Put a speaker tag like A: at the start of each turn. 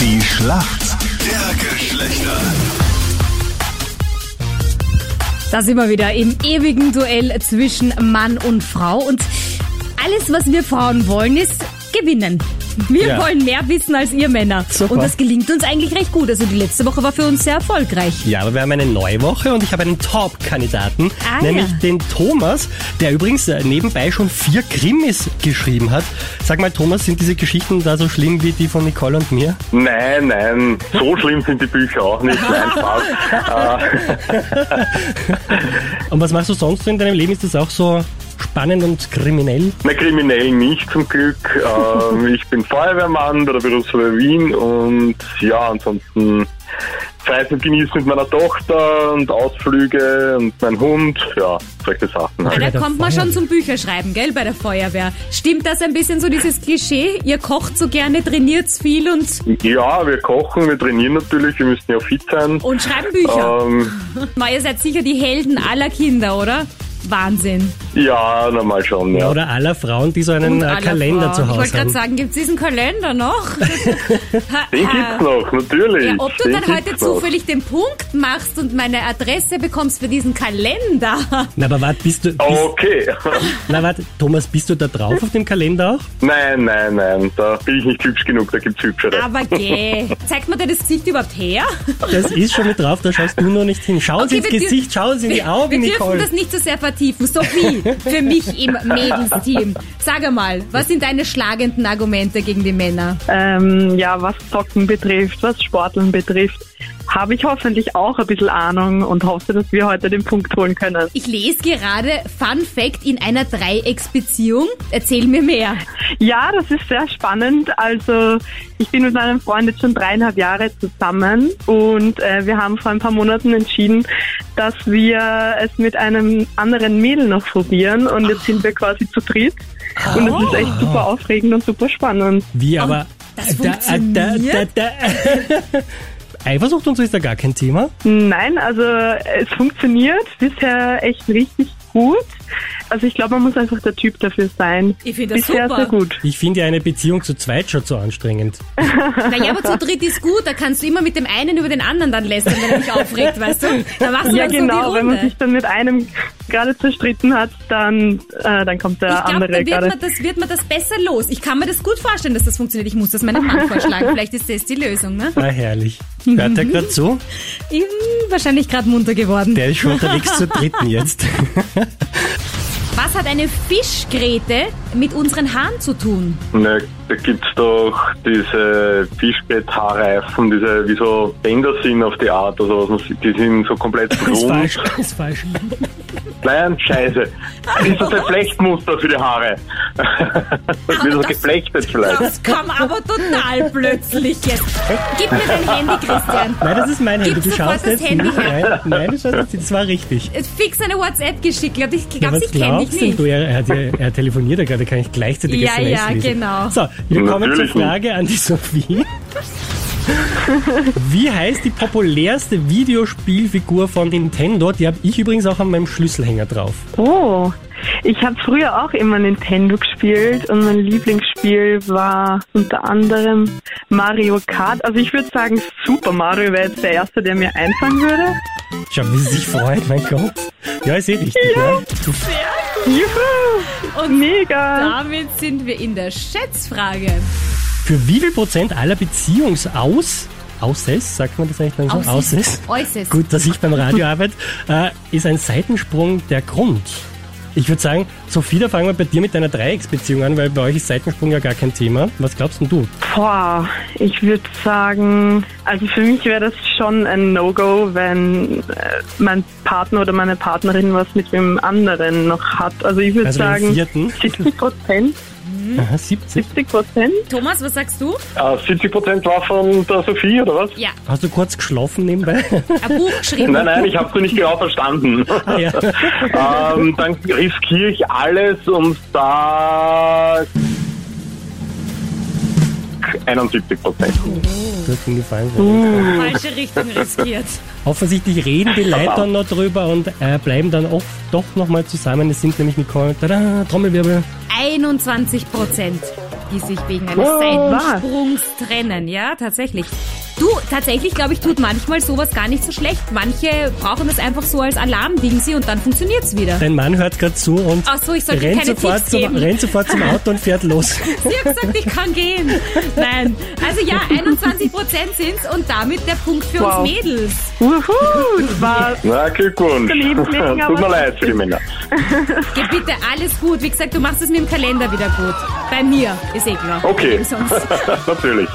A: Die Schlacht der Geschlechter.
B: Da sind wir wieder im ewigen Duell zwischen Mann und Frau. Und alles, was wir Frauen wollen, ist gewinnen. Wir
C: Ja.
B: wollen mehr wissen als ihr Männer.
C: Super.
B: Und das gelingt uns eigentlich recht gut. Also die letzte Woche war für uns sehr erfolgreich.
C: Ja, aber wir haben eine neue Woche und ich habe einen Top-Kandidaten,
B: Ah,
C: nämlich
B: ja.
C: den Thomas, der übrigens äh, nebenbei schon vier Krimis geschrieben hat. Sag mal, Thomas, sind diese Geschichten da so schlimm wie die von Nicole und mir?
D: Nein, nein, so schlimm sind die Bücher auch nicht. Nein, Spaß. äh,
C: Und was machst du sonst so in deinem Leben? Ist das auch so spannend und kriminell?
D: na, kriminell nicht zum Glück. Ähm, ich bin Feuerwehrmann bei der Berufsfeuerwehr Wien und ja, ansonsten Zeit und genießen mit meiner Tochter und Ausflüge und meinem Hund. Ja, solche Sachen halt.
B: Da
C: Bei der
B: kommt man
C: Feuerwehr.
B: schon zum Bücherschreiben, gell, bei der Feuerwehr. Stimmt das ein bisschen so, dieses Klischee? Ihr kocht so gerne, trainiert viel und,
D: Ja, wir kochen, wir trainieren natürlich, wir müssen ja fit sein.
B: und schreiben Bücher.
D: Ähm,
C: Oh.
B: Ma, ihr seid sicher die Helden aller Kinder, oder? Wahnsinn.
D: ja, na mal schauen, ja.
C: Oder aller Frauen, die so
B: Und
C: einen äh,
B: aller
C: Kalender
B: Frauen.
C: zu
B: Ich
C: Hause
B: wollte gerade
C: haben?
B: sagen, gibt's diesen Kalender noch?
D: Den gibt's noch, natürlich.
B: Ah. Ja, ob du
D: Den
B: dann heute
D: gibt's noch.
B: zufällig den Punkt machst und meine Adresse bekommst für diesen Kalender.
C: Na, aber warte, bist du, bist,
A: Oh.
D: Okay.
C: na, warte, Thomas, bist du da drauf auf dem Kalender auch?
D: nein, nein, nein, da bin ich nicht hübsch genug, da gibt's hübschere.
B: Aber geh. Zeigt man dir das Gesicht überhaupt her?
C: Das ist schon mit drauf, da schaust du nur nicht hin. Schau uns
B: Okay,
C: ins
B: wir dür-
C: Gesicht, schau uns in die Augen,
B: Wir dürfen
C: Nicole.
B: das nicht so sehr vertiefen. Sophie, für mich im Mädelsteam. Sag einmal, was sind deine schlagenden Argumente gegen die Männer?
E: Ähm, ja, was Zocken betrifft, was Sporteln betrifft, habe ich hoffentlich auch ein bisschen Ahnung und hoffe, dass wir heute den Punkt holen können.
B: Ich lese gerade Fun Fact in einer Dreiecksbeziehung. Erzähl mir mehr.
E: Ja, das ist sehr spannend. Also ich bin mit meinem Freund jetzt schon dreieinhalb Jahre zusammen und äh, wir haben vor ein paar Monaten entschieden, dass wir es mit einem anderen Mädel noch probieren und jetzt sind wir quasi zu dritt. Und das ist echt super aufregend und super spannend.
C: Wie aber. äh,
B: das funktioniert?
C: da, da. Eifersucht und so ist da gar kein Thema.
E: Nein, also es funktioniert bisher echt richtig gut. Also ich glaube, man muss einfach der Typ dafür sein.
B: Ich finde das
E: bisher
B: super.
E: sehr gut.
C: Ich finde ja eine Beziehung zu zweit schon so anstrengend.
B: Naja, aber zu dritt ist gut. Da kannst du immer mit dem einen über den anderen dann lästern, wenn er dich aufregt, weißt du? Da machst du
E: Ja
B: dann so
E: genau,
B: die
E: wenn man
B: Runde.
E: sich dann mit einem gerade zerstritten hat, dann, äh, dann kommt der
B: Ich glaube,
E: andere
B: da wird
E: gerade.
B: man, das, wird man das besser los. Ich kann mir das gut vorstellen, dass das funktioniert. Ich muss das meinem Mann vorschlagen. Vielleicht ist das die Lösung, ne?
C: Na Ah, herrlich. Hört er gerade zu?
B: Ich bin wahrscheinlich gerade munter geworden.
C: Der ist schon unterwegs zur dritten jetzt.
B: Was hat eine Fischgräte mit unseren Haaren zu tun?
D: Na, Ne, da gibt's doch diese Fischbetthaarreifen, diese wie so Bänder sind auf die Art, also was man sieht, die sind so komplett
C: Ist
D: rund.
C: falsch, ist falsch.
D: Nein, scheiße. Das ist das ein Flechtmuster für die Haare. das wird so geflechtet vielleicht.
B: Das kam aber total plötzlich jetzt. Gib mir dein Handy, Christian.
C: Nein, das ist mein Handy.
B: Gib
C: Du
B: sofort
C: schaust
B: das
C: jetzt
B: Handy
C: nicht. Nein, nein, du schaust jetzt nicht. Das war richtig.
B: Fix eine WhatsApp geschickt. Glaub, ich
C: Ja,
B: glaube,
C: was
B: sie kenne ich
C: glaubst denn
B: nicht.
C: du? Er, er, hat ja- er telefoniert ja gerade, kann ich gleichzeitig
B: Ja,
C: SMS
B: ja,
C: lesen.
B: genau.
C: So, wir kommen zur
D: Natürlich nicht.
C: Frage an die Sophie. Wie heißt die populärste Videospielfigur von Nintendo? Die habe ich übrigens auch an meinem Schlüsselhänger drauf.
E: Oh, ich habe früher auch immer Nintendo gespielt und mein Lieblingsspiel war unter anderem Mario Kart. Also ich würde sagen, Super Mario wäre jetzt der erste, der mir einfallen würde.
C: Schau, wie sie sich freut, mein Gott. Ja, ist eh richtig, ja.
E: Juhu!
B: Und
E: Mega!
B: Damit sind wir in der Schätzfrage.
C: Für wie viel Prozent aller Beziehungsaus, Ausses, sagt man das eigentlich dann schon? Ausses?
B: Äußerst.
C: Gut, dass ich beim Radio arbeite, äh, ist ein Seitensprung der Grund. Ich würde sagen, Sophie, da fangen wir bei dir mit deiner Dreiecksbeziehung an, weil bei euch ist Seitensprung ja gar kein Thema. Was glaubst denn du?
E: Boah, ich würde sagen, also für mich wäre das schon ein No-Go, wenn äh, mein Partner oder meine Partnerin was mit dem anderen noch hat. Also ich würde
C: Also den
E: sagen,
C: vierten?
E: 70 Prozent,
C: Aha, 70?
E: 70 Prozent.
B: Thomas, was sagst du?
D: Äh, 70% war von der Sophie, oder was?
B: Ja,
C: Hast du kurz geschlafen nebenbei?
B: ein Buch geschrieben.
D: Nein, nein, ich habe es nicht genau verstanden.
C: ah, ja.
D: ähm, dann riskiere ich alles und da 71 Prozent.
C: Das mir gefallen. Uh.
B: Falsche Richtung riskiert.
C: Offensichtlich reden die Leute dann noch drüber und äh, bleiben dann oft doch nochmal zusammen. Es sind nämlich Nicole, tada, Trommelwirbel,
B: 21 Prozent. die sich wegen eines Seitensprungs trennen. Ja, tatsächlich. Du, tatsächlich glaube ich, tut manchmal sowas gar nicht so schlecht. Manche brauchen das einfach so als Alarmding sie und dann funktioniert's wieder.
C: Dein Mann hört gerade zu und
B: Ach so, ich sollte
C: rennt,
B: keine
C: sofort
B: Tipps
C: zum,
B: geben.
C: rennt sofort zum Auto und fährt los.
B: Sie hat gesagt, ich kann gehen. Nein. Also ja, 21 Prozent sind's und damit der Punkt für
E: Wow.
B: uns Mädels.
E: Wuhu, das war
D: Na, Glückwunsch.
E: Lieblingen, aber
D: Tut mir leid für die Männer.
B: Geh bitte alles gut. Wie gesagt, du machst es mit dem Kalender wieder gut. Bei mir ist eh klar.
D: Okay.
B: Sonst.
D: Natürlich.